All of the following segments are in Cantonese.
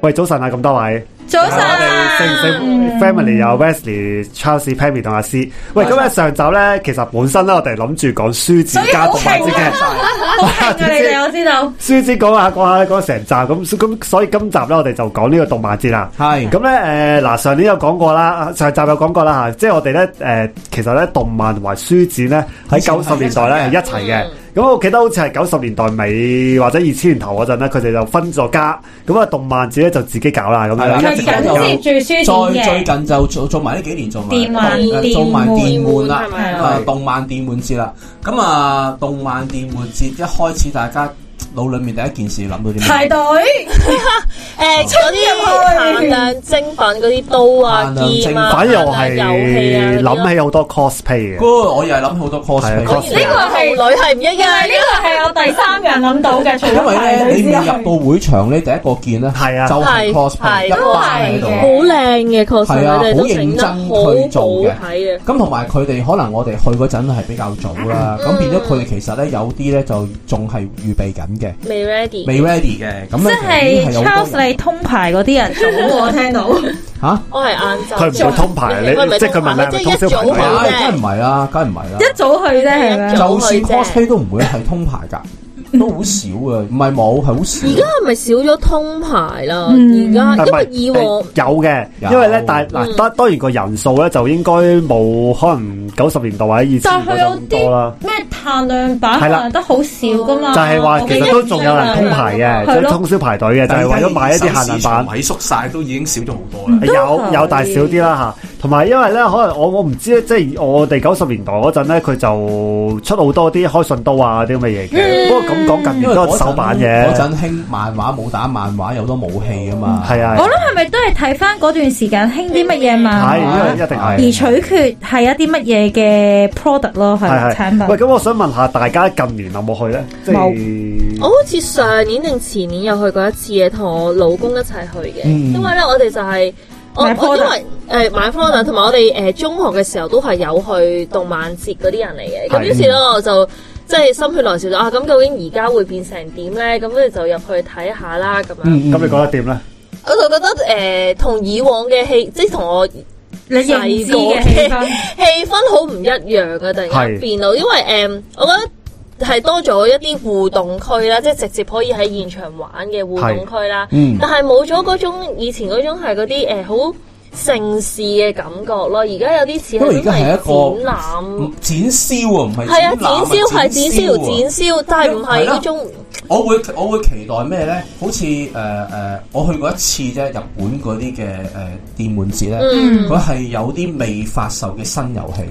喂，早晨啊，咁多位。早晨， Family 有 Wesley、Charles、Pammy 同阿 C。喂，咁咧上集咧，其實本身咧我哋諗住講書所展以加好動漫平節嘅，啊，好平啊，你哋我知道。書展講下講下講成集咁，咁所以今集咧我哋就講呢個動漫節啦。係咁咧誒嗱，上年有講過啦，上集有講過啦嚇，即係我哋咧誒，其實咧動漫同埋書展咧喺九十年代咧係一齊嘅。咁我記得好似係九十年代尾或者二千年頭嗰陣咧，佢哋就分咗家，咁啊動漫節咧就自己搞啦咁係啦樣，一直最都近有。先最書再展最嘅，近就做做埋呢幾年做埋電玩動誒做埋電電玩啦係，咪係動漫電玩節啦。咁啊，動漫電玩節一開始，大家腦裏面第一件事諗到啲排咩？隊誒嗰啲限量精品嗰啲刀啊限量精劍品啊，反而我限量遊戲啊係嗰啲諗咯起好多 cosplay 嗰嘅，個我又係諗好多 cosplay，係啊 cosplay 呢個係女係唔因一為樣呢。個係我第三人諗到嘅，除因咗排為咧隊你之未外，入到會場咧，第一個見咧係啊就係 cosplay 係一都班係喺度。好靚嘅，確實係啊佢哋都整得好好睇啊！咁同埋佢哋可能我哋去嗰陣係比較早啦，咁變咗佢哋其實咧有啲咧就仲係預備緊嘅，未 ready，未 ready 嘅，咁即咧已係經係有啊好 Charles 多人你通牌 嗰啲人早我我聽到嚇。我係晏晝。佢唔會通牌你喂唔係即係佢問你係咪即通係宵一早排隊啊好梗係啫唔。係啦，梗係唔係啦。一早去啫，係咪一啊？早就算去啫 cosplay 都唔會係通牌㗎，都好少啊，唔係冇，係好少。而家係咪少咗通牌啦？嗯而家但因啊係為以往有嘅，有因為咧，但係嗱，當當然個人數咧就應該冇可能九十年代或者二千但年係代佢有咁多啦啲。咩限量版係可啦能得好少噶嘛，就係啊話其實都仲有人通牌係咯嘅，即係通宵排隊嘅，就係為咗買一啲限量版。萎縮晒都已經少咗好多啦。都有係有大少啲啦吓，同埋因為咧，可能我我唔知咧，即係我哋九十年代嗰陣咧，佢就出好多啲開信刀啊啲咁嘅嘢嘅。不過咁講近因年嗯為都嗰係陣手板嗰嘅，陣興漫畫武打漫畫有好多武器啊嘛，係啊我，諗係咪都係睇翻嗰段時間興啲乜係嘢因為漫一畫，定而係取。決係一啲乜嘢嘅 product 咯，係產係品喂，。咁我想問下大家近年有冇去咧？即嗯我係好似上年定前年有去過一次嘅，同我老公一齊去嘅。嗯因為咧，我哋就係、我買我 product 因為誒買 product，同埋我哋誒、中學嘅時候都係有去動漫節嗰啲人嚟嘅。咁係於是咧，我就即係心血來潮就啊，咁究竟而家會變成點咧？咁跟住就入去睇下啦，咁樣。嗯咁你覺得點咧？我就覺得誒，同、以往嘅戲，即係同我你認知嘅氣氛，氣氛好唔一樣啊嘅，突然係間變到，因為誒、嗯我覺得係多咗一啲互動區啦，即係直接可以喺現場玩嘅互動區啦。嗯但係冇咗嗰種以前嗰種係嗰啲誒好城市嘅感覺咯，而家有啲似係因為而家係一個真係展覽，展銷啊，唔係係啊，展展覽銷係展銷啊展銷，但係唔係嗰種我會我會期待咩咧？好似誒誒，我去過一次啫，日本嗰啲嘅誒電玩節咧，嗯，佢係有啲未發售嘅新遊戲。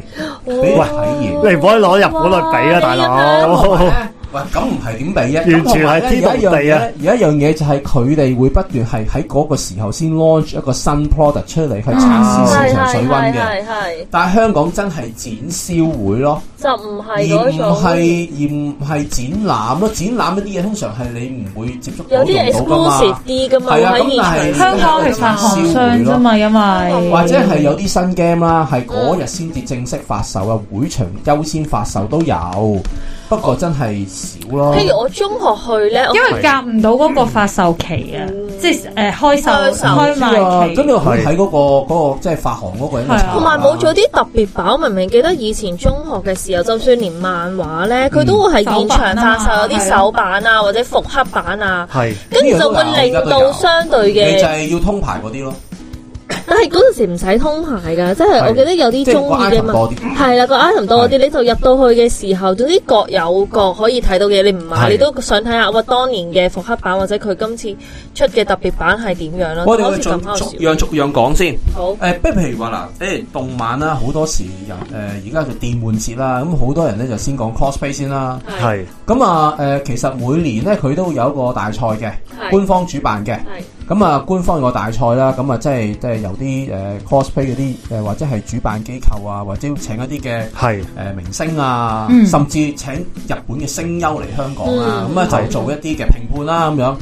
喂嗯你你唔可以攞日本去比啊，大佬！哦喂，咁唔係點比啊？完全係天同地啊！而一樣嘢就係佢哋會不斷係喺嗰個時候先 launch 一個新 product 出嚟去測試市場水溫嘅。嗯係係但係香港真係展銷會咯，就唔而唔係嗰種。係而唔係展覽咯。展覽嗰啲嘢通常係你唔會接觸有到啲用到噶 exclusive 嘛。啲噶嘛，係啊喺咁但係現場香港係發行商啫嘛，因為或者係有啲新 game 啦，係嗰日先至正式發售啊，會場優先發售都有，不過真係少咯。譬如我中學去咧，我因為夾唔到嗰個發售期啊，即係誒開售開售開賣啊咁你期。可以喺嗰個嗰個即係發行嗰個人嘅係啊同埋冇咗啲特別版，我明明記得以前中學嘅時候，就算連漫畫嗯咧，佢都會係現場發售，有啲手版啊，或者復刻版啊，係跟住就會令到相對你就嘅。係要通牌嗰啲咯， 但係嗰陣時唔使通牌㗎，即係我記得有啲中意嘅即係個 item 多嘛啲，係啦個 item 多啲，你就入到去嘅時候，總之各有各可以睇到嘅嘢，你唔係買你都想睇下，哇！當年嘅復刻版或者佢今次出嘅特別版係點樣咯？我哋好會似做咁啱做少樣逐樣講先，好。誒，不如譬如話嗱，誒動漫啦，好多時人誒而家就電玩節啦，咁好多人咧就先講 cosplay 先啦。係咁啊誒，其實每年咧佢都有一個大賽嘅，係官方主辦嘅。係咁啊，官方有個大賽啦，咁啊，即係即係有啲誒 cosplay 嗰啲誒，或者係主辦機構啊，或者請一啲嘅係誒呃明星啊，嗯甚至請日本嘅聲優嚟香港啊，嗯咁啊、係就做一啲嘅評判啦咁樣，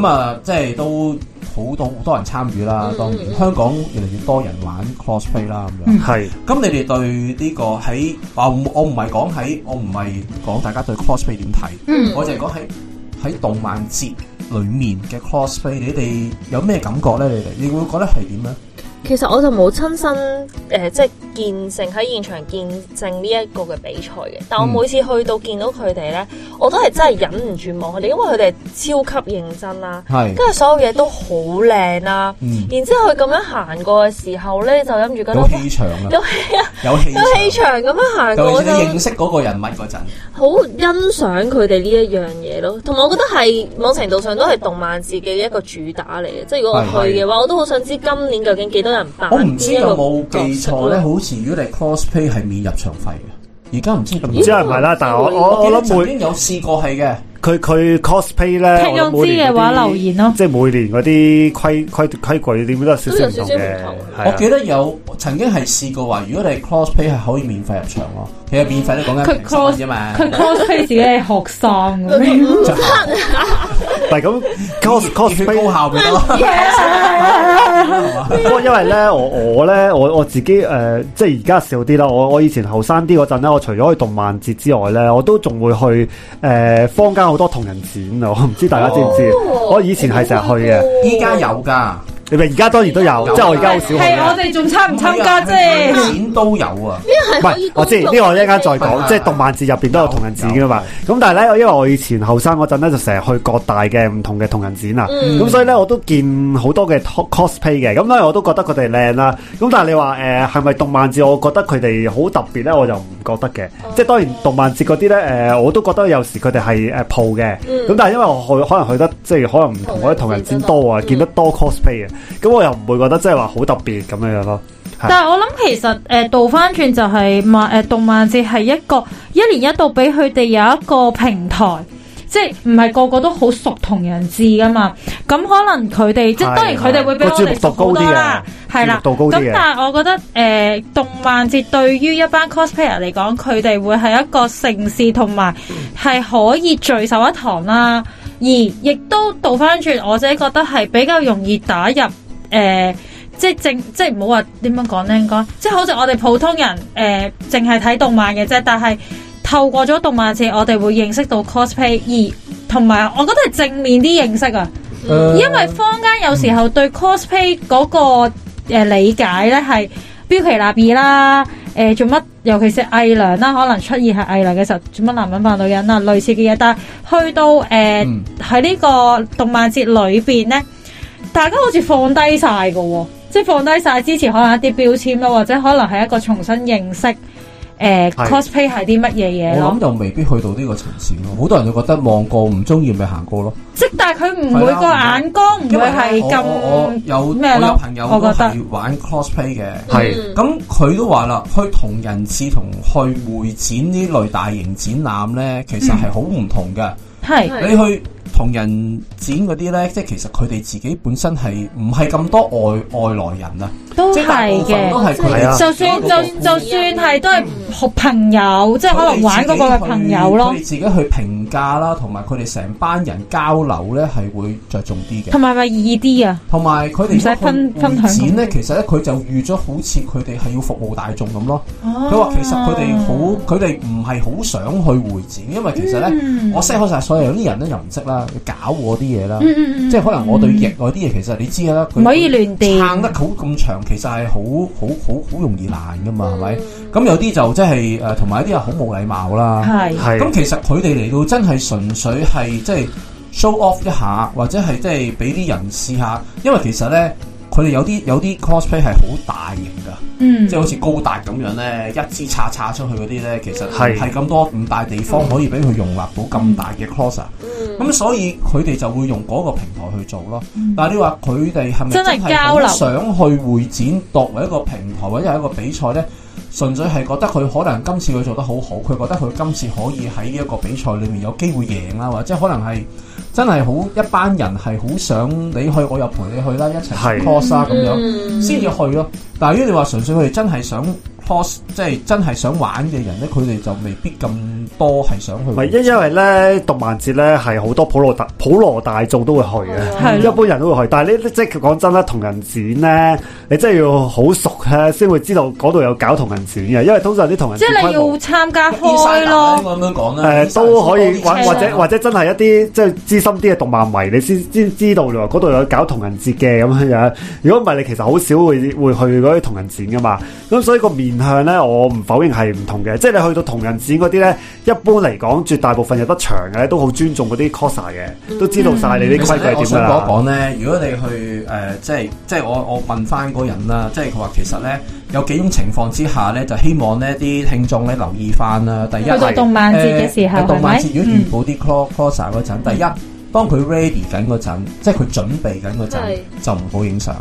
咁啊即係都好多好多人參與啦。嗯當嗯然香港越嚟越多人玩 cosplay 啦咁樣。嗯係咁你哋對呢個喺啊，我我唔係講喺，我唔係講大家對 cosplay 點睇，嗯我就係講喺喺動漫節裡面嘅 cosplay，你哋有咩感覺咧？你哋你會覺得係點咧？其實我就冇親身誒、呃即係見證喺現場見證呢一個嘅比賽嘅。但我每次去到見到佢哋咧，我都係真係忍唔住望佢哋，因為佢哋超級認真啦、係跟住所有嘢都好靚啦。嗯然之後佢咁樣行過嘅時候咧，就諗住覺得有 哇氣場啊，有氣啊，有氣有氣場。場咁樣啊行過就我你就認識嗰個人物嗰陣，好欣賞佢哋呢一樣嘢咯。同埋我覺得係某程度上都係動漫自己一個主打嚟嘅。即係如果我去嘅話，我都好想知今年究竟幾多人扮。我唔知有冇記錯咧，？好似如果你 cosplay 係免入場費嘅，而家唔知有唔冇知係咪啦，但係我我我我諗諗啊曾每經有試過係嘅，佢佢 cosplay 咧，聽我眾諗每知年嘅嗰話啲留言咯。即係每年嗰啲規規規矩點都有少少唔同都有嘅少少唔，係我啊記得有曾經係試過話，如果你 cosplay 係可以免費入場咯，其實免費都講緊佢平十蚊 cos 啫嘛。佢 cosplay 自己係學生咁樣。唔係咁 cos 熱血 cosplay 高校咪得咯， 不過因為咧，我我咧，我我自己誒、呃即係而家少啲啦。我我以前後生啲嗰陣咧，我除咗去動漫節之外咧，我都仲會去誒、呃坊間好多同人展啊！我唔知大家知唔知？哦我以前係成日去嘅，依家有㗎，你咪而家當然都有，有即係我而家好少去哦係我啦。哋仲參唔參加啫？錢都有啊，唔係，我知呢個我一陣間再講，係係即係動漫節入邊都有同人展噶嘛。咁但係咧，因為我以前後生嗰陣咧，就成日去各大嘅唔同嘅同人展啊。咁、所以咧，我都見好多嘅 co- cosplay 嘅。咁咧，我都覺得佢哋靚啦。咁但係你話誒係咪動漫節？我覺得佢哋好特別咧，我就唔覺得嘅。即係當然動漫節嗰啲咧，誒、我都覺得有時佢哋係誒鋪嘅。咁、但係因為我去可能去得即係可能唔同嗰啲同人展多啊，見得多 cosplay 嘅，咁我又唔會覺得即係話好特別咁樣樣咯。係但係我諗其實誒倒翻轉就係漫誒動漫節係一個一年一度俾佢哋有一個平台。即係唔係個個都好熟同人誌噶嘛？咁可能佢哋即係係當然佢哋會比我個注目哋度熟好高啲多嘅啦，係啦。注目度高啲啊嘅咁但係我覺得誒、呃、動漫節對於一班 cosplayer 嚟講，佢哋會係一個盛事同埋係可以聚首一堂啦。而亦都倒翻轉，我自己覺得係比較容易打入誒、呃即係正即係唔好話點樣講咧，應該即係好似我哋普通人誒，淨係睇動漫嘅啫，但係透過咗動漫節，我哋會認識到 cosplay，而同埋我覺得係正面啲認識啊，因為坊間有時候對 cosplay 嗰、個呃理解咧係標奇立異啦。誒、做乜？尤其是偽娘啦，可能出現係偽娘嘅時候，做乜男人扮女人啊，類似嘅嘢。但係去到誒嗯喺呢個動漫節裏邊咧，大家好似放低晒嘅喎，即係放低晒之前可能一啲標籤咯，或者可能係一個重新認識誒、呃係 cosplay 係啲乜嘢嘢我諗咯。就未必去到呢個層次咯。好多人就覺得望過唔中意咪行過咯。即係但係佢唔會個係啊眼光唔會因為係我我我有咁咩我有咯朋友，都我覺得。係玩 cosplay 嘅，係。咁佢都話啦，去同人節同去會展呢類大型展覽咧，其實係好唔同嘅。係你去同人展嗰啲咧，即係其實佢哋自己本身係唔係咁多外外來人啊，都即係大係部分都嘅，係佢係啊哋就自己算嗰個就顧就算係都係學朋友，即係可能玩嗰個嘅朋友咯佢哋，自己去評價啦，同埋佢哋成班人交流咧，係會着重啲嘅。同埋咪易啲啊，同埋佢哋唔使分如果去分享展咧，其實咧佢就預咗好似佢哋係要服務大眾咁咯。哦佢話其實佢哋好，佢哋唔係好想去會展，因為嗯其實咧，我 set 開晒所有啲人咧又唔識啦，要搞我啲嘢啦，嗯即係可能我對疫嗰啲嘢其實你知㗎啦，佢唔可以亂掂撐得好咁長，其實係好好好好容易爛噶嘛，係咪？咁有啲就即係誒，同埋有啲係好冇禮貌啦。嗯係係咁其實佢哋嚟到真係純粹係即係 show off 一下，或者係即係俾啲人試下，因為其實咧佢哋有啲有啲 cosplay 係好大型噶，嗯即係好似高達咁樣咧，一支叉叉出去嗰啲咧，其實係嗯係咁多咁大地方可以俾佢容納到咁大嘅啊 coser，咁嗯所以佢哋就會用嗰個平台去做咯。但係你話佢哋係咪真係係交好流想去會展作為一個平台或者係一個比賽咧？純粹係覺得佢可能今次佢做得好好，佢覺得佢今次可以喺呢一個比賽裏面有機會贏啦，或者可能係真係好一班人係好想你去，我又陪你去啦，一齊啊係嗯 cos 啦咁樣先至去咯。但係如果你話純粹佢哋真係想去 cos 即係真係想玩嘅人咧，佢哋就未必咁多係想去唔會係展。因因為咧動漫節咧係好多普羅大普羅大眾都會去嘅，係一般人都會去。但係呢即係講真啦，同人展咧，你真係要好熟咧先會知道嗰度有搞同人展嘅，因為通常啲同人即展係規你模要參加 Insider 開咧咯。咁樣誒、講啦，呃哎都可以，或車或者或者真係一啲即係資深啲嘅動漫迷，你先先知道啦。嗰度有搞同人節嘅咁樣樣。如果唔係，你其實好少會會去嗰啲同人展噶嘛。咁所以個面向咧，我唔否認係唔同嘅。即係你去到同人展嗰啲咧，一般嚟講，絕大部分入得場嘅咧，都好尊重嗰啲 coser 嘅，都知道晒你啲規矩係點啊我想㗎講一啦。講咧，如果你去誒、呃即係即係我我問翻嗰人啦，即係佢話其實咧有幾種情況之下咧，就希望呢啲聽眾咧留意翻啦。第一去到係動漫節嘅時候誒動漫節係咪嗯如果遇到啲 clo closer 嗰陣，第一當佢 ready 緊嗰陣，即係佢準備緊嗰陣係，就唔好影相。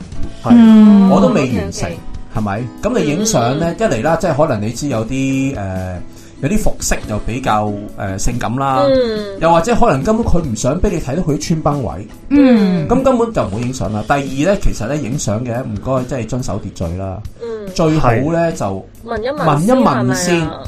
係嗯，我都未完成 OK，OK，係咪？咁你影相咧，一嚟啦，即係可能你知有啲誒、呃有啲服飾又比較誒、呃性感啦，嗯又或者可能根本佢唔想俾你睇到佢啲穿幫位。嗯，咁根本就唔好影相啦。第二咧，其實咧影相嘅唔該，即係遵守秩序啦。嗯，最好咧就，問一問問一先係問咪先啊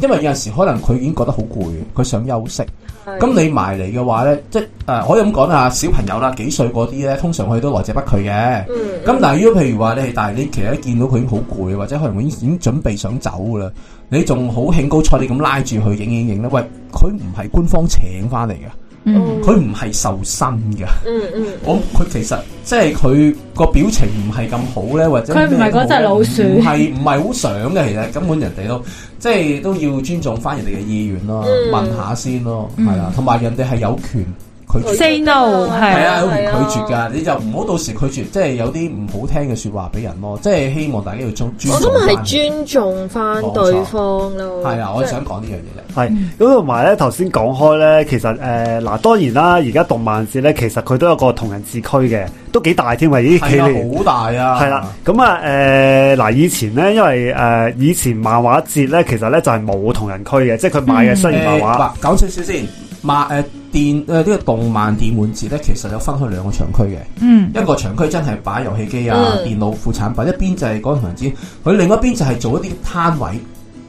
因為有陣時可能佢已經覺得好攰，佢想休息。係咁你埋嚟嘅話咧，即係誒、呃可以咁講啦，小朋友啦，幾歲嗰啲咧，通常佢都來者不拒嘅。嗯咁但係如果譬如話你係大，你其實一見到佢已經好攰，或者可能已經已經準備想走噶啦，你仲好興高采烈咁拉住佢影影影咧，喂，佢唔係官方請翻嚟嘅，嗯佢唔係受薪嘅。嗯嗯我哦佢其實即係佢個表情唔係咁好咧，或者佢唔係嗰隻老鼠唔係唔係好想嘅。其實根本人哋都即係都要尊重翻人哋嘅意願咯，嗯問下先咯，嗯係啦、同埋人哋係有權拒絕， Say no，係係啊，有權係啊拒絕㗎。你就唔好到時拒絕，即係有啲唔好聽嘅説話俾人咯。即係希望大家要尊尊我重都翻係尊重翻對方咯。係啊，我即係想講呢樣嘢啫。係咁同埋咧，頭先講開咧，其實誒呃嗱、當然啦，而家動漫節咧，其實佢都有個同人節區嘅，都幾大添喎，呢幾年。係啊，好大啊，係啦，咁啊誒嗱，以前咧，因為誒、呃以前漫畫節咧，其實咧就係冇同人區嘅，即係佢賣嘅商業漫嗯誒畫，呃嗱，講少少先，漫誒電誒呃呢個動漫電玩節咧，其實有分開兩個場區嘅。嗯，一個場區真係擺遊戲機啊、嗯電腦副產品，一邊就係講同人知，佢另一邊就係做一啲攤位，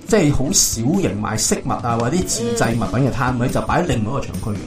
即係好小型賣飾物啊或者啲自製物品嘅攤位，就擺喺另外一個場區嘅。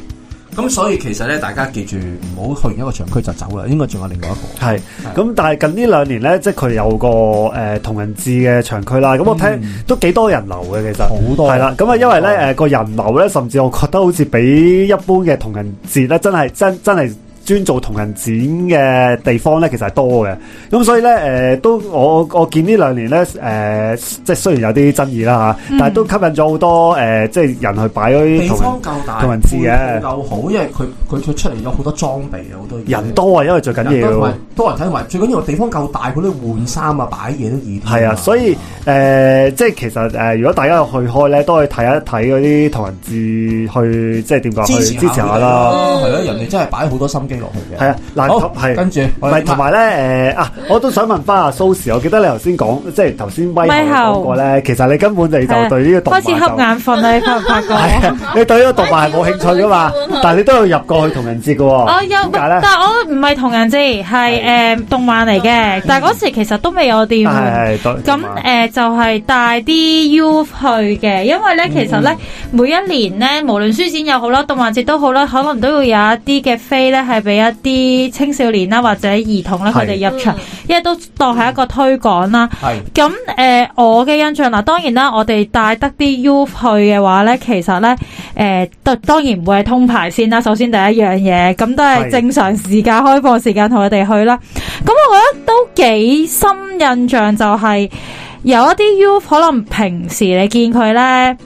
咁所以其實咧，大家記住唔好去完一個場區就走啦，應該仲有另外一個。係咁。但係近呢兩年咧，即係佢有個誒、呃同人節嘅場區啦。咁我聽、都幾多人流嘅，其實嗯好多係啦。咁啊，因為咧誒好多個人流咧，甚至我覺得好似比一般嘅同人節咧，真係真真係。專做同人展嘅地方咧，其實係多嘅，咁所以咧，誒、都我我見呢兩年咧，誒、即係雖然有啲爭議啦嗯嚇，但係都吸引咗好多誒、呃即係人去擺嗰地啲同人方夠大，同人啊知嘅配套夠好，因為佢佢佢出嚟有好多裝備啊，好多嘢人多啊，因為最緊人多同要埋多人睇，同埋最緊要個地方夠大，佢都換衫啊、擺嘢都易啲嘛。係啊，所以誒、呃即係其實誒、呃如果大家有去開咧，都可以睇一睇嗰啲同人誌去，即係點講去支持支持下啦。係咯，人哋真係擺好多心機落去嘅。係啊，好嗱，係跟住唔我係哋同埋咧誒啊，我都想問翻阿蘇 Sir，我記得你頭先講，即係頭先威咪後講過咧，其實你根本你就對呢個動開漫始瞌眼瞓啦，你發唔發 覺？係啊 你對呢個動漫係冇興趣噶 嘛開始，但係你都要入過去同人節嘅我喎，有，點解但咧？係我唔係同人誌，係誒動漫嚟嘅。但係嗰時其實都未有電玩。係係咁誒、呃就係、帶啲 U 去嘅，因為咧其實咧、每一年咧，無論書展又好啦，動漫節都好啦，可能都會有一啲嘅飛咧係俾一啲青少年啦或者兒童啦佢係哋入場嗯，因為都當係一個推廣啦。係咁誒、呃我嘅印象嗱，當然啦，我哋帶得啲 U 去嘅話咧，其實咧誒、呃，都當然唔會係通牌先啦。首先第一樣嘢，咁都係係正常時間開放時間同佢哋去啦。咁我覺得都幾深印象就係、有一啲 U 可能平時你見佢咧。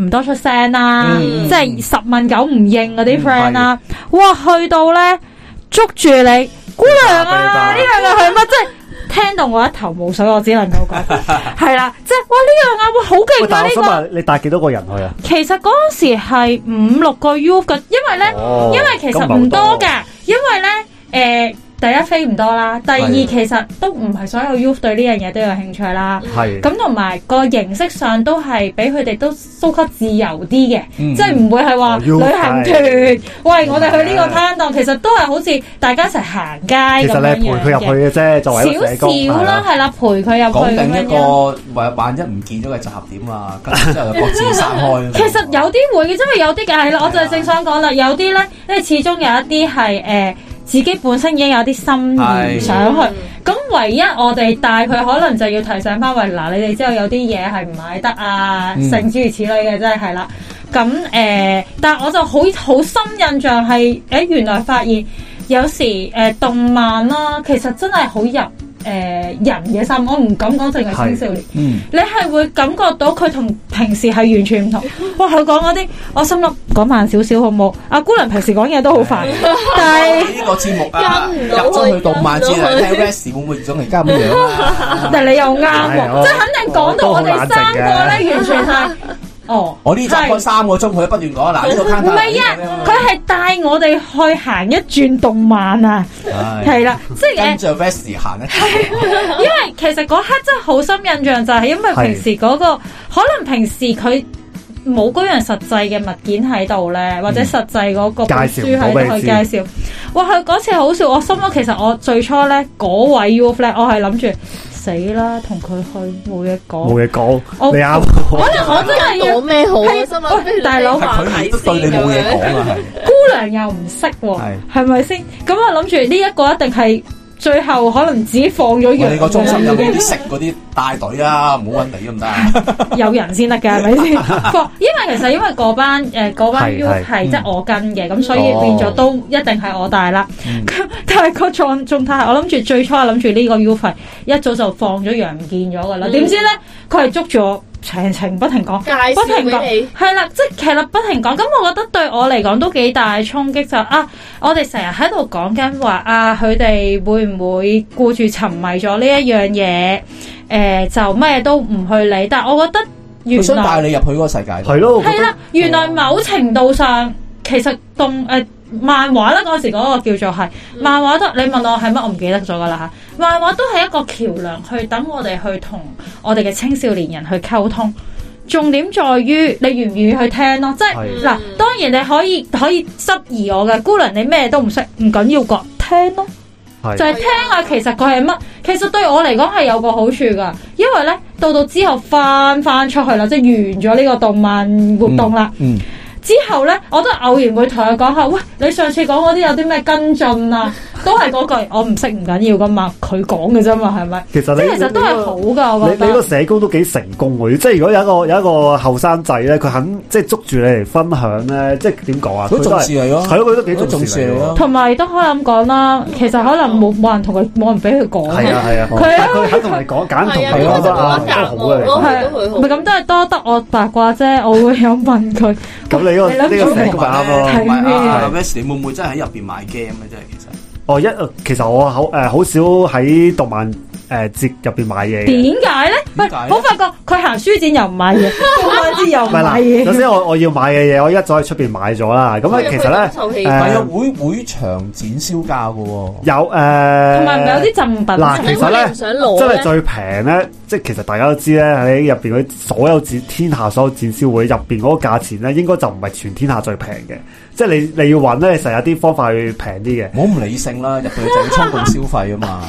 唔多出聲啦，嗯即係十問九唔應嗰嗯啲 friend 啦，哇！去到咧捉住你，姑娘啊，呢樣嘢係乜？即係聽到我一頭霧水，我只能夠講 係啦，即係哇呢樣啊，哇好喂勁啊但呢係我想個！問你帶幾多個人去啊？其實嗰陣時係五六個 U 嘅，因為咧，哦因為其實咁咪好唔多多嘅，因為咧，誒、第一飛唔多啦，第二係其實都唔係所有 youth 對呢樣嘢都有興趣啦。係咁同埋個形式上都係俾佢哋都蘇級自由啲嘅，嗯即係唔會係話哦旅，youth 行團，係喂我哋去呢個攤檔，其實都係好似大家一齊行街其咁實你係樣陪佢入樣嘅。去嘅啫，作為一個社工少少啦，，係啦，陪佢入去講定咁樣一樣。個萬萬一唔見咗嘅集合點啊，跟住之後就各自散開。其實有啲會嘅，因為有啲嘅係啦，我啊就係正想講啦，有啲咧，因為始終有一啲係誒。呃自己本身已經有啲心意係想去，咁唯一我哋帶佢可能就要提醒翻，喂嗱，你哋之後有啲嘢係唔買得啊，嗯成諸如此類嘅，真係係啦。咁誒、呃但係我就好好深印象係，誒、原來發現有時誒、呃、動漫啦，其實真係好入誒、呃人嘅心，我唔敢講淨係青少年。嗯，你係會感覺到佢同平時係完全唔同。哇！佢講嗰啲，我心諗講慢少少好冇。阿姑娘平時講嘢都好快，但係 呢個節目啊，跟唔入到去咗去動漫節嚟聽 West 會唔會仲而家咁樣 啊？但係你又啱係我喎，即係肯定講到我哋三個咧，完全係哦。我呢集開三個鐘，佢都不斷講嗱，呢個攤唔係啊，佢係帶我哋去行一轉動漫啊，佢係啦，即係跟誒住 West 行啊咧，因為其實嗰刻真係好深印象，就係因為平時嗰、個可能平時佢。冇嗰樣實際嘅物件喺度咧，或者實際嗰嗯個本書喺度去介介紹。哇！佢嗰次好笑，我心諗其實我最初咧嗰位 U 咧，我係諗住死啦，同佢去冇嘢講。冇嘢講，我你啱。可能我真係要講咩好啊？係心諗喂大佬係佢都對你冇嘢講啊，係姑娘又唔識喎係，係咪先？咁我諗住呢一個一定係最後可能自己放咗喂羊你個中心有哎冇啲識嗰啲帶隊啊？唔好揾你得唔得啊？有人先得嘅，係咪先？放因為其實因為嗰班誒嗰班係 U 係係即係我跟嘅，咁所以哦變咗都一定係我帶啦。咁但係個狀狀態係，我諗住最初係諗住呢個 U 係一早就放咗羊唔見咗㗎啦，嗯點知咧佢係捉住我長情不停講。介不停紹俾講你，係啦，即係其實不停講，咁我覺得對我嚟講都幾大衝擊就係啊，我哋成日喺度講緊話啊，佢哋會唔會顧住沉迷咗呢一樣嘢？誒、就咩都唔去理，但係我覺得佢原想帶來你入去嗰個世界度。 係啊咯，我覺係啊得哦啦，原來某程度上其實動誒、呃漫畫啦，嗰時嗰個叫做係嗯漫畫都，你問我係乜，我唔記得咗噶啦嚇。漫畫都係一個橋梁，去等我哋去同我哋嘅青少年人去溝通。重點在於你願唔願意去聽咯，即係係嗱，當然你可以可以質疑我嘅姑娘，你咩都唔識，唔緊要個聽咯。就係係聽下其實佢係乜，其實對我嚟講係有個好處噶，因為咧到到之後翻翻出去啦，即係完咗呢個動漫活動啦，嗯，之後咧我都偶然會同佢講下，喂，你上次講嗰啲有啲咩跟進 啊，都係嗰句我唔識唔緊要噶嘛，佢講嘅啫嘛，係咪？其實即係你其實都係好噶，我覺你你個得。社工都幾成功喎，即係如果有一個有一個後生仔咧，佢肯即係捉住你嚟分享咧，即係點講啊？佢都重視係你咯，係咯，佢都幾佢重重視視你你咯咯。同埋都可以咁講啦，其實可能冇冇人同佢，冇人俾佢講。哦係啊係啊，佢但佢肯同你講，揀同係啊你講佢得就啊，都好覺得嘅。夾係都佢好咪咁都係多得我八卦啫？我會有問佢。咁你嗰個你諗住呢個社工咪啱咯係。唔係咩啊，West，你會唔會真係喺入邊買 game 咧？真係其實哦，一其實我好誒好少喺動漫誒節入邊買嘢嘅。點解咧？喂，點解呢好發覺佢行書展又唔 買嘢，動漫節又唔唔係買嗱，首嘢。先我我要買嘅嘢，我一早喺出邊買咗啦。咁啊，其實咧受氣誒係啊，會會場展銷價嘅喎。有誒，同埋唔係有啲贈品嗱其實呢你唔想攞真係咧，最平咧，即係其實大家都知咧，喺入邊嗰啲所有展天下所有展銷會入邊嗰個價錢咧，應該就唔係全天下最平嘅，即係你你要揾咧，成日有啲方法去平啲嘅。唔好咁理性啦，入去就要衝動消費啊嘛，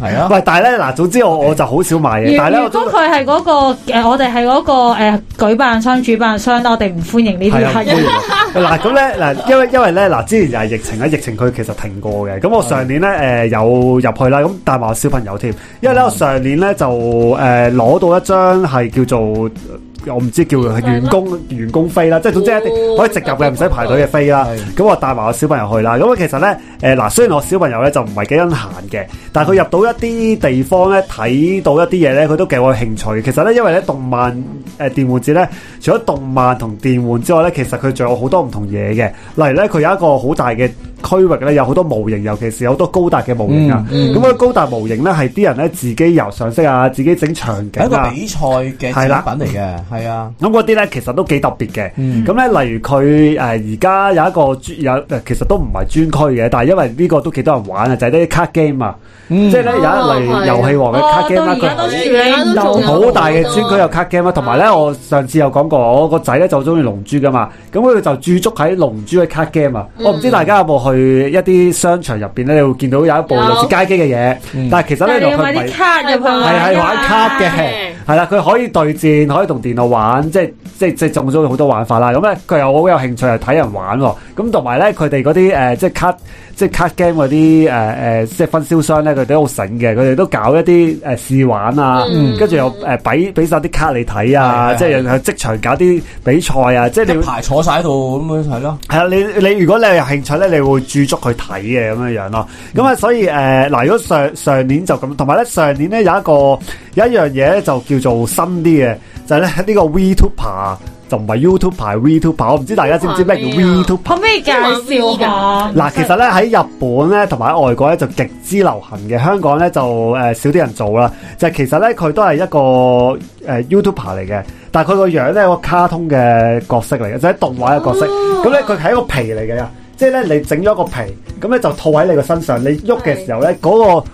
係啊，喂，但係咧嗱，總之我我就好少買嘢，但係咧如我如都果佢係嗰個誒，我哋係嗰個誒舉辦商、主辦商啦，我哋唔歡迎呢係啲啊，客唔歡迎人。嗱咁咧嗱，因為因為咧嗱，之前就係疫情咧，疫情佢其實停過嘅。咁我上年咧誒、有入去啦，咁帶埋我小朋友添。因為咧我上年咧就誒攞、到一張係叫做。我唔知叫佢員工員工飛啦，即係總之一定可以直入嘅，唔使排隊嘅飛啦。咁我帶埋我小朋友去啦。咁啊，其實咧，誒嗱，雖然我小朋友咧就唔係幾得閒嘅，但係佢入到一啲地方咧，睇到一啲嘢咧，佢都幾有興趣。其實咧，因為咧動漫誒、呃、電玩節咧，除咗動漫同電玩之外咧，其實佢仲有好多唔同嘢嘅。例如咧，佢有一個好大嘅區域咧有好多模型，尤其是有好多高達嘅模型啊。嗯咁啊、高達模型咧係啲人咧自己游上色啊，自己整場景係一個啊。比賽嘅係啦產品嚟嘅，係啊，咁嗰啲咧其實都幾特別嘅。嗯咁咧、例如佢誒而家有一個專有誒，其實都唔係專區嘅，但係因為呢個都幾多人玩啊，就係啲 card game 啊，即即係咧有一類係遊戲王嘅 card 哦，到 game 啦，而家佢都處理唔到仲有好大嘅專區有 card game 啊啦，同埋咧，我上次有講過，我個仔咧就中意龍珠噶嘛，咁佢就駐足喺龍珠嘅 card game 嗯啊。我唔知大家有冇去一啲商場入邊咧，你會見到有一部類似街機嘅嘢，嗯但係其實但咧係就你要佢買唔係啲卡入去啊玩啊係係玩卡嘅係，係啦，佢可以對戰，可以同電腦玩，即係即係即係中咗好多玩法啦。咁咧佢又好有興趣係睇人玩喎。咁同埋咧佢哋嗰啲誒即係卡即係卡 game 嗰啲誒誒即係分銷商咧，佢哋都好醒嘅，佢哋都搞一啲誒試玩啊，跟住又誒俾俾晒啲卡你睇啊，係係即係又即場搞啲比賽啊，即係你一會排坐晒喺度咁樣係咯，係啊，你你如果你有興趣咧，你會駐足去睇嘅咁樣樣咯。咁啊，所以誒嗱、如果上上年就咁，同埋咧上年咧有一個有一樣嘢咧就叫做新啲嘅，就係咧呢個 VTuber 就唔係 YouTuber VTuber，我唔知大家知唔知咩叫 VTuber？可唔可以介紹下？嗱，其實咧喺日本咧同埋外國咧就極之流行嘅，香港咧就誒、呃少啲人做啦。就係其實咧佢都係一個誒、呃 YouTuber 嚟嘅，但係佢個樣咧個卡通嘅角色嚟嘅，就係、動畫嘅角色。咁咧佢係一個皮嚟嘅，即係咧你整咗個皮，咁咧就套喺你個身上，你喐嘅時候咧嗰、個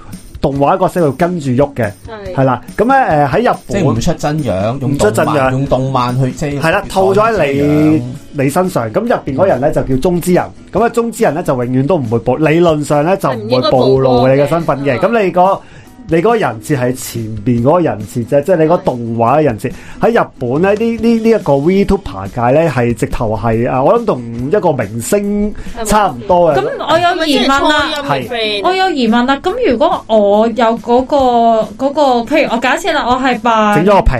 動畫角色就跟住喐嘅，係係啦。咁咧誒喺日即係唔本出真樣，用唔出真動漫樣用動漫去即係係啦，套咗啊喺你你身上，咁入邊嗰人咧就叫中之人，咁啊中之人咧就永遠都唔會暴，理論上咧就唔會暴露你嘅身份嘅，嗯係唔應該曝光嘅咁你個。你嗰個人設係前邊嗰個人設啫，即係你嗰動畫嘅人設。喺日本咧，呢呢呢一個 VTuber 界咧係直頭係啊，我諗同一個明星差唔多嘅。咁我有疑問啦。係我有疑問啦，咁如果我有嗰、個嗰、個，譬如我假設啦，我係扮整咗個皮，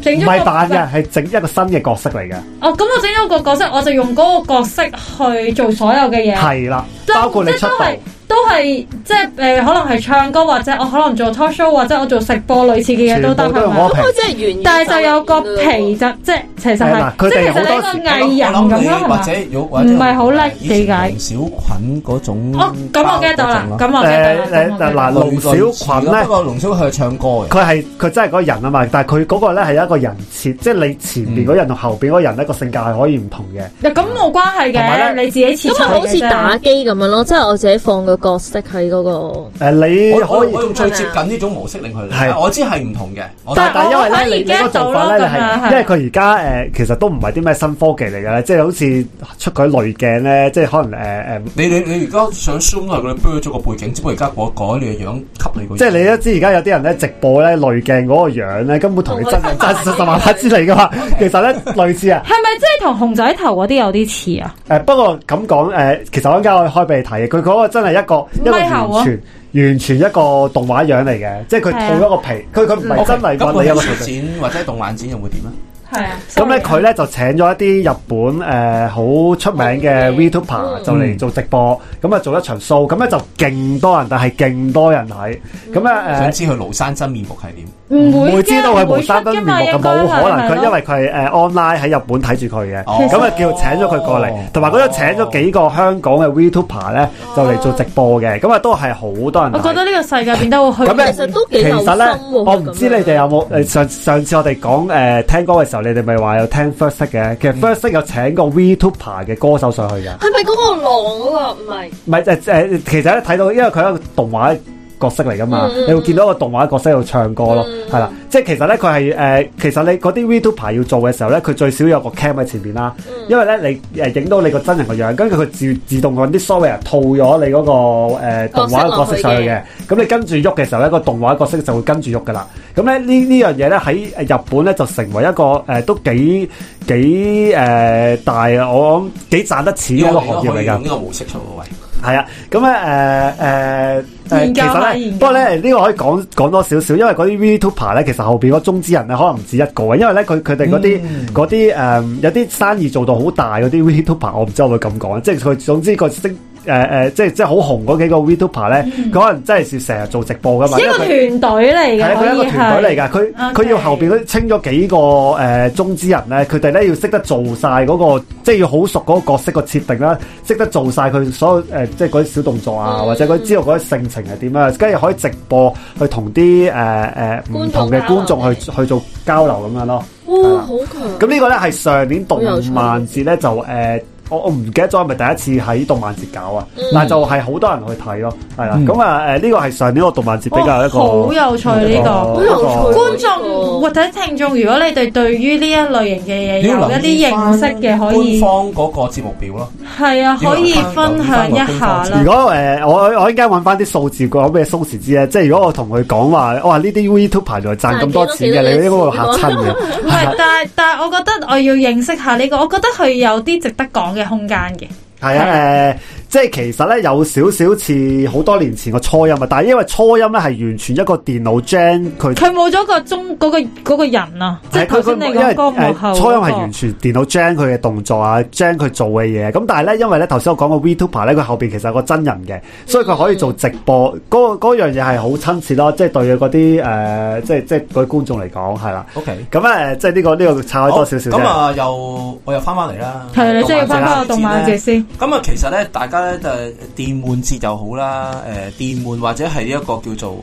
整唔咗係個扮嘅，係整一個新嘅角色嚟嘅，哦，咁我整咗個角色，我就用嗰個角色去做所有嘅嘢，係啦，即包括你即出都道係。都係即係誒、呃可能係唱歌或者我可能做 talk show 或者我做食播類似嘅嘢都得全部都係用咪我？皮佢真係原，但係就有個皮就即係其實係啦佢係哋即係其好實係多時一個藝人我諗咁你樣係或嘛？者如果或者唔係好叻以前理解龍小菌嗰種哦，咁啊我 get 到啦，咁我 get 到誒誒啦咁我 get 到嗱啦。啊龍小菌呢不過龍小菌係唱歌嘅，佢係佢真係嗰個人啊嘛，但係佢嗰個咧係一個人設，即係你前邊嗰人同後邊嗰人咧個性格係可以唔同嘅。嗱咁冇關係同埋嘅，呢你自己切咁咪磋好嘅似啫打機咁樣咯，即係我自己放個角色喺嗰個。誒、你我可我我以，用最接近呢種模式令佢係嚟，我知係唔同嘅，我但但係因為我可咧你以你嗰 get 個做到法咯咧，你咁樣係係因為佢而家誒其實都唔係啲咩新科技嚟嘅咧，即係好似出嗰啲濾鏡咧，即係可能誒誒。你你你而家想 zoom 落去，你 blur 咗個背景，只不過而家改改你嘅樣，給你個樣即係你都知而家有啲人咧直播咧濾鏡嗰個樣咧，根本同你真人真實十萬八之嚟噶嘛。其實咧類似啊，係咪即係同熊仔頭嗰啲有啲似啊？誒、不過咁講誒，其實我依家可以開俾你睇嘅，佢嗰個真係一個一個咪猴完啊全完全一個動畫樣嚟嘅，即係佢係啊套咗個皮，佢佢唔係哦 OK，真係咁揾佢你一喺個書展或者喺動漫展又會點咧？係啊，咁咧佢咧就請咗一啲日本誒好、出名嘅哦 Vtuber 嗯就嚟做直播，咁啊做一場 show，咁咧就勁多人，但係勁多人睇，咁啊誒。想知佢廬山真面目係點？唔唔會會嘅知道佢無山登面目嘅，唔會出㗎嘛冇可能。應該係哦佢因為佢係誒呃 online 喺日本睇住佢嘅，咁啊叫請咗佢過嚟，同埋嗰度請咗幾個香港嘅 Vtuber 咧，就嚟做直播嘅，咁啊都係好多人我覺睇。得呢個世界變得好虛咁咧無。其實都幾其有心實喎咧，。我唔知你哋有冇誒上上次我哋講誒聽歌嘅時候，你哋咪話有聽 First Take 嘅，其實嗯 First Take 有請個 Vtuber 嘅歌手上去嘅，係咪嗰個狼嗰個？唔係，唔係誒誒，其實咧睇到，因為佢係一個動畫角色嚟噶嘛，嗯嗯你會見到個動畫角色喺度唱歌咯，嗯係啦、即係其實咧佢係誒，其實你嗰啲 Vtuber 要做嘅時候咧，佢最少有個 cam 喺前邊啦，嗯因為咧你誒影到你個真人個樣，跟住佢自自動揾啲 software 套咗你嗰、個誒、呃、動畫嘅角色上去嘅，咁你跟住喐嘅時候咧，個動畫角色就會跟住喐噶啦。咁咧呢呢樣嘢咧喺日本咧就成為一個誒、呃都幾幾誒、呃大啊，我諗幾賺得錢嘅一個行業可嚟㗎以用。呢個模式出個位。係啊，咁咧誒誒誒，研其究實下咧，研究不過咧呢個可以講講多少少，因為嗰啲 Vtuber 咧，其實後邊嗰中之人咧，可能唔止一個嘅，因為咧佢佢哋嗰啲嗯嗰啲誒有啲生意做到好大嗰啲 Vtuber，我唔知我會咁講，即係佢總之個聲誒誒，即係即係好紅嗰幾個 Vtuber 咧，嗯佢可能真係成日做直播噶嘛，一因為個團佢隊嚟係嘅，啊佢可一個以團隊係嚟㗎，佢 OK 佢要後邊嗰啲清咗幾個誒中之人咧，佢哋咧要識得做晒嗰個，即係要好熟嗰個角色個設定啦，識得做晒佢所有誒，即係嗰啲小動作啊，嗯或者佢知道嗰啲性情係點啊，跟住可以直播去同啲誒誒唔同嘅觀觀眾交眾流去去做交流咁樣咯。哇，好強！咁呢個咧係上年動漫節咧就誒、呃我我唔記得咗係咪第一次喺動漫節搞啊，但係就係好多人去睇咯，係啦。嗯咁啊誒呢個係上年個動漫節比較一個哇好有趣呢個。好有一趣個觀眾或者聽眾，如果你哋對於呢一類型嘅嘢你要有留一意啲認識嘅，可以官方嗰個節目表咯。係啊，可以分享一下如果啦。誒、呃我我依家揾翻啲數字講俾蘇時知咧，即係如果我同佢講話，哇呢啲 YouTuber 原來賺咁多錢嘅，賺幾你應該多會嚇親嘅。唔係，但係但係，我覺得我要認識下呢個，我覺得佢有啲值得講嘅空間嘅。係啊，誒、即係其實咧有少少似好多年前個初音啊，但係因為初音咧係完全一個電腦 gen 佢。呃佢冇咗個中嗰個嗰個人啊，即係頭先你因為講嗰個幕後誒初音係完全電腦 gen 佢嘅動作啊，gen 佢做嘅嘢。咁但係咧，因為咧頭先我講個 Vtuber 咧，佢後邊其實有個真人嘅，所以佢可以做直播。嗰嗰樣嘢係好親切咯，即係對嗰啲誒，即係即係嗰啲觀眾嚟講係啦。 OK，咁誒，即係呢個呢個拆開多少少好咁啫。啊，又我又翻翻嚟啦。係啊你即係要動漫節翻啦返個動漫節。先。咁啊，其實咧，大家咧就係電玩節又好啦，誒、嗯電玩或者係一個叫做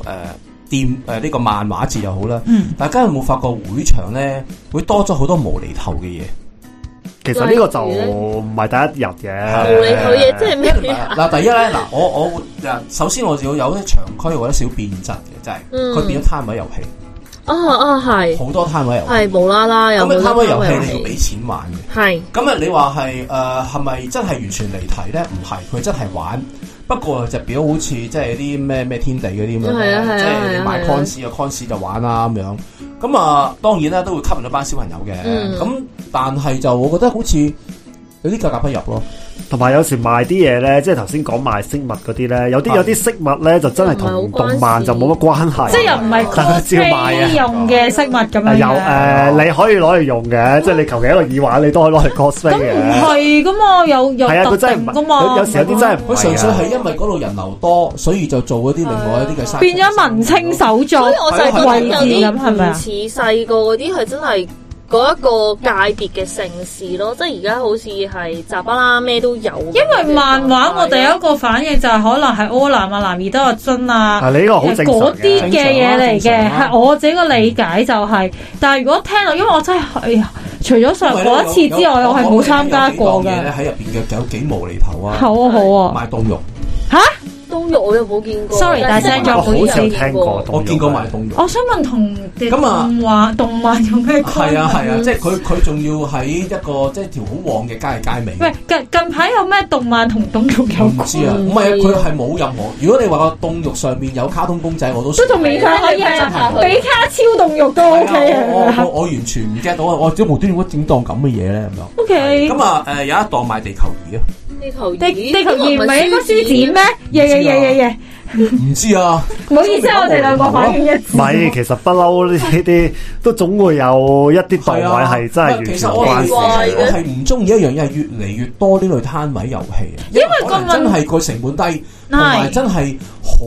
誒、電誒呢、個漫畫節又好啦。嗯大家有冇發覺會場咧會多咗好多無厘頭嘅嘢？其實呢個就唔係第一日嘅。無理佢嘢，即係咩啊？嗱，第一咧，嗱，我我會嗱，首先我要有啲長區或者少變質嘅，就係、嗯佢變咗攤位遊戲，啊啊，係好多攤位遊戲。係無啦啦咁又嘅冇得攤位遊戲玩你要俾錢玩嘅。係咁啊，你話係誒係咪真係完全離題咧？唔係，佢真係玩。不過就表好似即係啲咩咩天地嗰啲咁樣係啊係啦，啊即係係你啊買係啊 cons 啊 cons 就玩啦咁樣。咁啊，當然啦，都會吸引到班小朋友嘅。嗯咁、但係就我覺得好似有啲格格不入咯。啊同埋有時賣啲嘢咧，即係頭先講賣飾物嗰啲咧，有啲係有啲飾物咧就真係唔同係好關動漫就冇乜關係。即係 又唔係但係照買啊 cosplay 用嘅飾物咁樣啊嘅。有誒、你可以攞嚟用嘅，即係你求其一個耳環，你都可以攞嚟 cosplay 咁唔嘅。係噶嘛，有有係啊，佢特真係定唔噶係嘛，有有時有啲真係唔佢純粹係啊。係因為嗰度人流多，所以就做嗰啲另外一啲嘅生變咗文青手作所以我就係覺得位置有咁係咪啲唔啊？似細個嗰啲，佢真係嗰一個界別嘅城市咯。即係而家好似係雜巴啦，咩都有。因因為漫畫我第一個反應就係可能係柯南啊、南二德啊、真啊。啊，你呢個好正常嗰啲嘅。嘅嘢嚟正嘅，常啊係我自己個理解就係、但係如果聽落，因為我真係、哎呀，除咗上嗰一次之外，我係冇參加過嘅。嘅。喺入邊嘅有幾無厘頭啊！好啊好啊，賣凍肉，冬肉我又冇見過。 Sorry，大聲咗我唔好好意似思有聽過，我見過賣凍肉。我想問同啲咁啊動畫動漫有咩關係係啊係啊，即係佢佢仲要喺一個即係條好旺嘅街街尾。喂，近近排有咩動漫同凍肉有我唔關？知啊，唔係啊，佢係冇任何。如果你話個凍肉上面有卡通公仔，我都都仲勉強可以真啊，係比卡超凍肉都 係 OK 啊我我啊。我我完全唔 get 到啊！我即係無端端整檔咁嘅嘢咧咁樣。 OK，咁啊誒有一檔賣地球儀啊，地球儀地地球儀唔係應該書呢展咩？耶耶耶耶耶！唔知啊，唔好意思啊，我哋兩個反應一致唔。嗯係，其實不嬲呢啲都總會有一啲檔係啊，位係真係完其全實冇我關係事嘅嘅我。係唔中意一樣嘢，係越嚟越多呢類攤位遊戲啊，因為可能個問真係個成本低，同埋真係好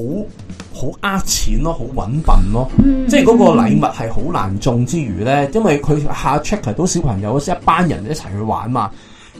好呃錢咯，好揾笨咯。嗯即係嗰個禮物係好難中之餘咧，因為佢下 check 係到小朋友一班人一齊去玩嘛。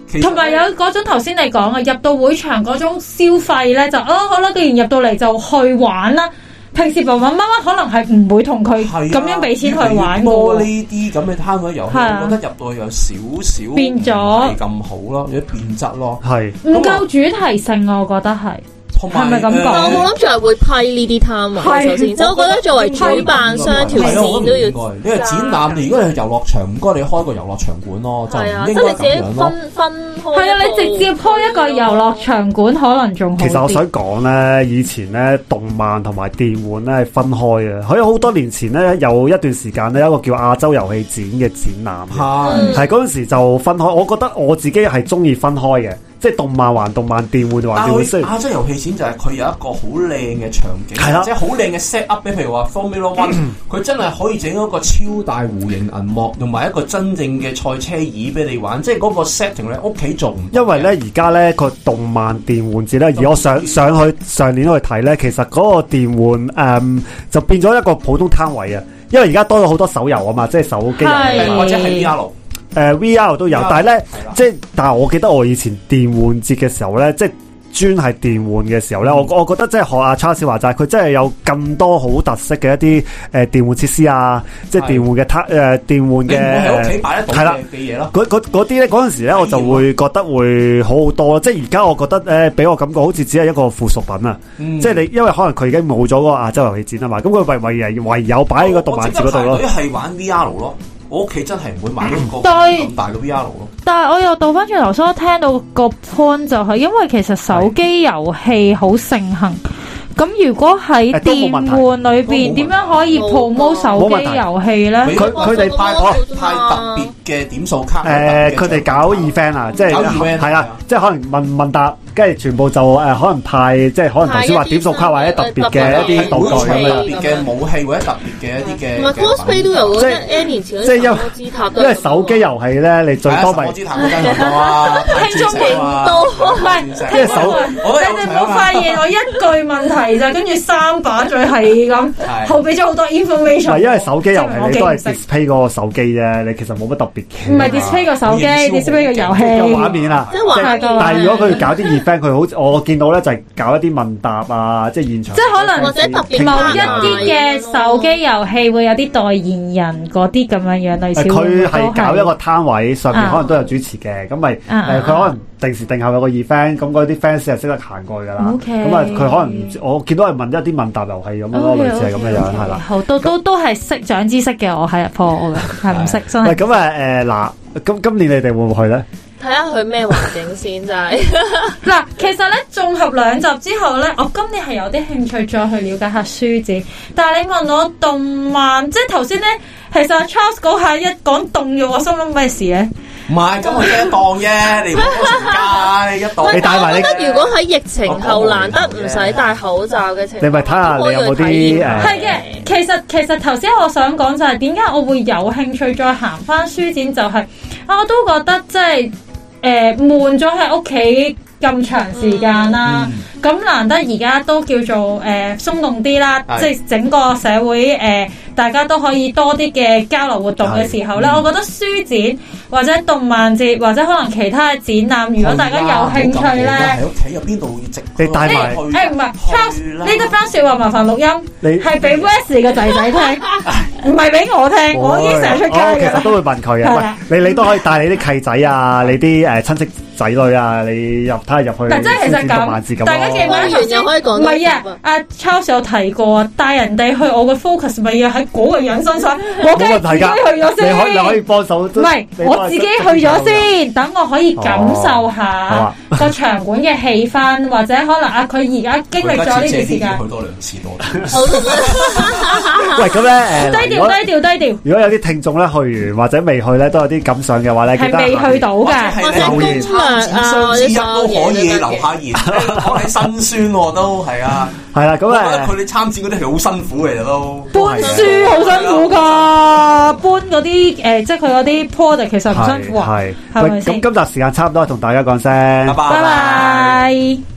其實同埋有嗰種頭先你講啊，入到會場嗰種消費咧，就哦好啦，既然入到嚟就去玩啦。平時爸爸媽媽可能係唔會同佢係啊咁樣俾錢去玩嘅多呢喎。啲咁嘅攤位遊戲，係啊我覺得入到去有少少變咗唔係咁好咯，有啲變質咯。係唔夠主題性啊，我覺得係。同埋呃係咪咁講但我誒冇諗住係會批呢啲攤位，係首先，即係我覺得作為主啊辦商條係咯我線唔都要應。該你係展覽，你如果你去遊樂場，唔該你開個遊樂場館咯，就唔係啊，即應係你該自己咁樣咯。分分係開。啊，你直接開一個遊樂場館可能仲好其實我啲。想講咧，以前咧動漫同埋電玩咧係分開嘅。喺好多年前咧，有一段時間咧，有一個叫亞洲遊戲展嘅展覽嘅。係嗯係嗰陣時就分開，我覺得我自己係中意分開嘅，即係動漫還動漫，電玩還但電玩，係雖佢然亞洲遊戲展就係佢有一個好靚嘅場景，嗯係啦即係好靚嘅 set up 俾，譬如話 Formula One，佢真係可以整一個超大弧形銀幕，同埋一個真正嘅賽車椅俾你玩，即係嗰個 setting 咧屋企做唔到嘅因為咧而家咧個動漫電玩節哦咧，而我上上去上年去睇咧，其實嗰個電玩誒、嗯就變咗一個普通攤位啊。因為而家多咗好多手遊啊嘛，即係手機遊戲係啊嘛或者係 VR。誒、VR 都有 VR，，但係咧係啦即係但係我記得我以前電玩節嘅時候咧，即係。專係電玩嘅時候咧，我嗯我覺得即係學阿 Charles 話齋，佢真係有咁多好特色嘅一啲誒、呃、電玩設施啊，即係係電玩嘅攤誒電玩你唔會喺屋企嘅擺得到係啦嘅嘅嘢咯。嗰嗰嗰啲咧，嗰陣時咧，我就會覺得會好好多啦。即係而家我覺得咧，俾我感覺好似只係一個附屬品啊。即係你，因為可能佢已經冇咗個亞洲遊戲展啊嘛，咁佢唯唯唯有擺喺個動漫節嗰度我咯即。刻排隊係玩 VR 咯，我屋企真係唔會買一嗯個但係咁大嘅 VR 咯。但係我又倒翻轉頭，所以我聽到個 point 就係因為其實手機遊戲好盛行，咁如果喺誒都冇電問題玩裏邊，都冇問題點樣可以 promote 手機遊戲呢？你佢佢哋派哦派特別嘅點數卡。誒，佢哋搞 event 啊，即係搞 event 係啦，即係可能問問答，跟住全部就誒可能派，即係可能頭先話點數卡或者特別 嘅一啲道具咁特樣。別嘅武器或者特別嘅一啲嘅。唔係 cosplay 都有即嗰係啲 N 年前嗰即係啲因為神魔之塔都啊因有為手機遊戲咧，你最多咪我知彈嗰間 咁啊，聽眾勁唔係，唔因為手我都有你哋搶冇啊發現我一句問題就跟住三把嘴係咁，係後俾咗好多唔係 information。因為手機遊戲證明我你記都唔係識 display 嗰個手機啫，你其實冇乜特別嘅。唔係 display 個手機我認，display 個遊有戲。畫面啊，即係畫面但係如果佢搞啲 event，佢好似我見到咧就係搞一啲問答啊，即係現場即係可能或者特別某傾一偈啊啲嘅手機遊戲會有啲代言人嗰啲咁樣樣，類似會唔會佢都係搞一個攤位，上面啊可能都有主持嘅，咁咪誒啊啊佢可能定時定候有個 event，咁嗰啲 fans 係識得行過去㗎啦。 OK 咁啊，佢可能我見到係問一啲問答遊戲咁哦樣咯，類似係咁樣樣係啦。好都都都係識長知識嘅，我係破 我嘅，係唔識真喂，係。咁啊誒嗱，今今年你哋會唔會去咧？睇下佢咩環境先，真係。嗱，其實咧綜合兩集之後咧，我今年係有啲興趣再去了解下書展，但係你問我動漫，即係頭先咧，其實阿 Charles 嗰下一講動欲，我心諗咩事咧？唔係，今日一檔啫，你唔好成 家，你一檔。 你戴埋你我覺得如果喺疫情後難得唔使戴口罩嘅情況，你咪睇下你有冇啲可以去體驗誒係嘅，其實其實頭先我想講就係點解我會有興趣再行翻書展，就係、啊我都覺得即係誒悶咗喺屋企咁長時間啦，咁、難得而家都叫做誒、呃、鬆動啲啦，係即係整個社會誒、呃大家都可以多啲嘅交流活動嘅時候咧，我覺得書展或者動漫節或者可能其他嘅展覽，如果大家有啊興趣咧。喺屋企入邊度直你帶誒埋誒哎唔係 Charles 呢一番説話麻煩錄音，你係俾 Wesley 個仔仔聽，唔係俾我聽， 我已經成日出街我哦其㗎實啦。都會問佢係啦嘅，喂，你你都可以帶你啲契仔啊，你啲誒親戚仔女啊，你入睇下入去嗱，即係其實書展動漫節咁，咁大家記唔記咯。得頭先又可以講唔係多啊集啊，阿 Charles 有提過，帶人哋去我嘅 focus 咪要喺嗰個人身上，我梗冇問係自題己㗎，去咗你可以你可以先。幫手。唔係，我自己去咗。 先，等我可以感受下哦個場館嘅氣氛，或者可能啊，佢而家經歷咗呢段時間，去多兩次多。喂，咁咧誒，低如果調低調低調，如果有啲聽眾咧去完或者未去咧，都有啲感想嘅話咧，記係得啊未去到㗎。係或者留攻言略啊，或相者之一都所有可以嘢留都得下嘅。 言，講起辛酸喎都係啊。係啦，咁我覺得佢誒哋參展嗰啲係好辛苦嚟嘅都。啊搬書好辛苦噶，搬嗰啲誒，即係佢嗰啲 product 其實唔辛苦啊，係係係咪喂咁先？今集時間差唔多，同大家講聲，拜拜拜。拜。